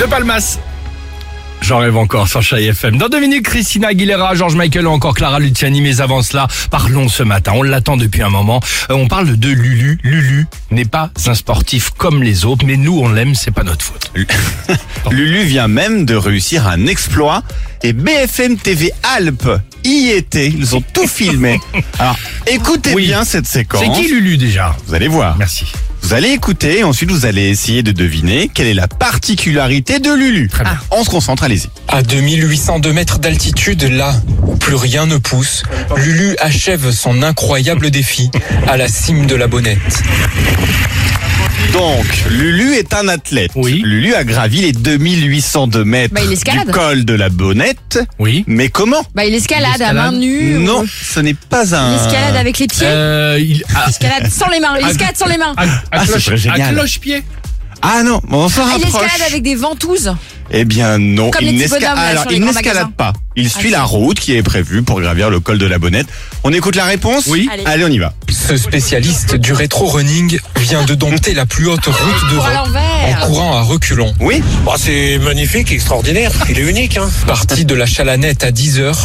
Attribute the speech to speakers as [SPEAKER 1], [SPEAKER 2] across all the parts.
[SPEAKER 1] Le Palmas. J'en rêve encore sur Chai FM. Dans deux minutes, Christina Aguilera, George Michael ou encore Clara Luciani. Mais avant cela, parlons ce matin. On l'attend depuis un moment. Euh, on parle de Lulu. Lulu n'est pas un sportif comme les autres, mais nous, on l'aime, c'est pas notre faute.
[SPEAKER 2] Lulu vient même de réussir un exploit et BFM TV Alpes y était. Ils ont tout filmé. Alors, écoutez
[SPEAKER 1] Oui.
[SPEAKER 2] bien cette séquence.
[SPEAKER 1] C'est qui Lulu déjà
[SPEAKER 2] Vous allez voir.
[SPEAKER 1] Merci.
[SPEAKER 2] Vous allez écouter et ensuite vous allez essayer de deviner quelle est la particularité de Lulu.
[SPEAKER 1] Très bien.
[SPEAKER 2] Ah, On se concentre, allez-y.
[SPEAKER 3] À 2802 mètres d'altitude, là où plus rien ne pousse, Lulu achève son incroyable défi à la cime de la bonnette.
[SPEAKER 2] Donc, Lulu est un athlète.
[SPEAKER 1] Oui.
[SPEAKER 2] Lulu a gravi les 2802 mètres
[SPEAKER 4] Bah, il escalade.
[SPEAKER 2] du col de la Bonnette.
[SPEAKER 1] Oui.
[SPEAKER 2] Mais comment
[SPEAKER 4] Bah, il escalade,
[SPEAKER 1] Il escalade.
[SPEAKER 4] à main nue.
[SPEAKER 2] Non,
[SPEAKER 4] ou-
[SPEAKER 2] ce n'est pas
[SPEAKER 4] Il
[SPEAKER 2] un...
[SPEAKER 4] escalade avec les pieds.
[SPEAKER 1] Euh, il, à,
[SPEAKER 4] Il escalade sans les mains. Il
[SPEAKER 1] Ah,
[SPEAKER 4] escalade sans les mains.
[SPEAKER 1] à- à
[SPEAKER 2] Ah, ce
[SPEAKER 1] cloche,
[SPEAKER 2] serait génial.
[SPEAKER 1] pied
[SPEAKER 2] Ah non, on s'en
[SPEAKER 4] Ah, il
[SPEAKER 2] rapproche.
[SPEAKER 4] escalade avec des ventouses.
[SPEAKER 2] Eh bien non,
[SPEAKER 4] Comme
[SPEAKER 2] il
[SPEAKER 4] les petits
[SPEAKER 2] n'esca-
[SPEAKER 4] bonhommes, là,
[SPEAKER 2] alors,
[SPEAKER 4] sur les
[SPEAKER 2] il
[SPEAKER 4] grands
[SPEAKER 2] n'escalade
[SPEAKER 4] magasins.
[SPEAKER 2] pas.
[SPEAKER 4] Ah,
[SPEAKER 2] Il suit
[SPEAKER 4] si.
[SPEAKER 2] la route qui est prévue pour gravir le col de la Bonnette. On écoute la réponse
[SPEAKER 1] Oui.
[SPEAKER 4] Allez.
[SPEAKER 2] Allez, on y va.
[SPEAKER 3] Ce spécialiste du rétro-running vient de dompter la plus haute route
[SPEAKER 4] Pour à
[SPEAKER 3] d'Europe en
[SPEAKER 4] l'envers.
[SPEAKER 3] courant à reculons.
[SPEAKER 2] Oui.
[SPEAKER 5] Bah, c'est magnifique, extraordinaire. Il est unique. Hein.
[SPEAKER 3] Parti de la Chalanette à 10h,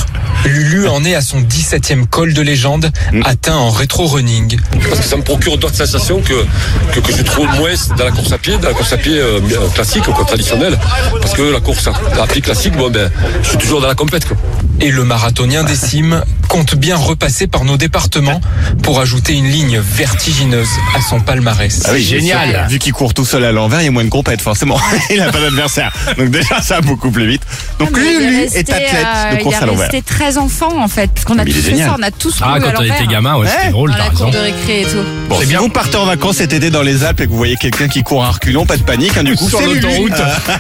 [SPEAKER 3] Lulu en est à son 17e col de légende, atteint en rétro-running.
[SPEAKER 6] Mm. Parce que ça me procure d'autres sensations que, que, que je trouve moins dans la course à pied, dans la course à pied euh, bien, classique, quoi, traditionnelle. Parce que la course à à pied classique, bon, ben, je suis toujours dans la compète. quoi.
[SPEAKER 3] Et le marathonien des cimes compte bien repasser par nos départements pour ajouter une ligne vertigineuse à son palmarès.
[SPEAKER 2] Ah oui,
[SPEAKER 1] génial.
[SPEAKER 2] bien sûr. Vu qu'il court tout seul à l'envers, il y a moins de compète, forcément. il n'a pas d'adversaire. Donc déjà, ça va beaucoup plus vite. Donc
[SPEAKER 4] Ah, mais il
[SPEAKER 2] Lulu
[SPEAKER 4] resté,
[SPEAKER 2] est athlète
[SPEAKER 4] euh,
[SPEAKER 2] de course à
[SPEAKER 4] Il est
[SPEAKER 2] l'envers.
[SPEAKER 4] resté très enfant en fait. Parce qu'on a
[SPEAKER 2] Mais il est
[SPEAKER 4] tous fait
[SPEAKER 2] génial.
[SPEAKER 4] ça, on a tous
[SPEAKER 1] Ah,
[SPEAKER 4] couru à
[SPEAKER 1] quand on
[SPEAKER 4] l'envers.
[SPEAKER 1] était gamin, ouais, c'était
[SPEAKER 2] Ouais.
[SPEAKER 1] drôle,
[SPEAKER 4] Hein Dans
[SPEAKER 1] t'as
[SPEAKER 4] la cour
[SPEAKER 1] raison.
[SPEAKER 4] de récré et tout.
[SPEAKER 2] Bon,
[SPEAKER 1] C'est
[SPEAKER 2] si
[SPEAKER 1] bien.
[SPEAKER 2] vous partez en vacances cet été dans les Alpes et que vous voyez quelqu'un qui court à reculons, pas de panique, hein, du coup,
[SPEAKER 1] Sur
[SPEAKER 2] c'est Lulu.
[SPEAKER 1] l'autoroute,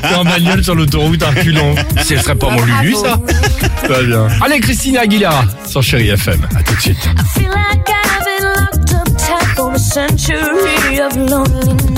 [SPEAKER 1] ou un bagnole sur l'autoroute, un culon. Ce serait pas mon Lulu, ça Très bien. Allez, Christina Aguilera, sur Chéri FM. À tout de suite.
[SPEAKER 7] feel like I've been locked up tight for a century of loneliness.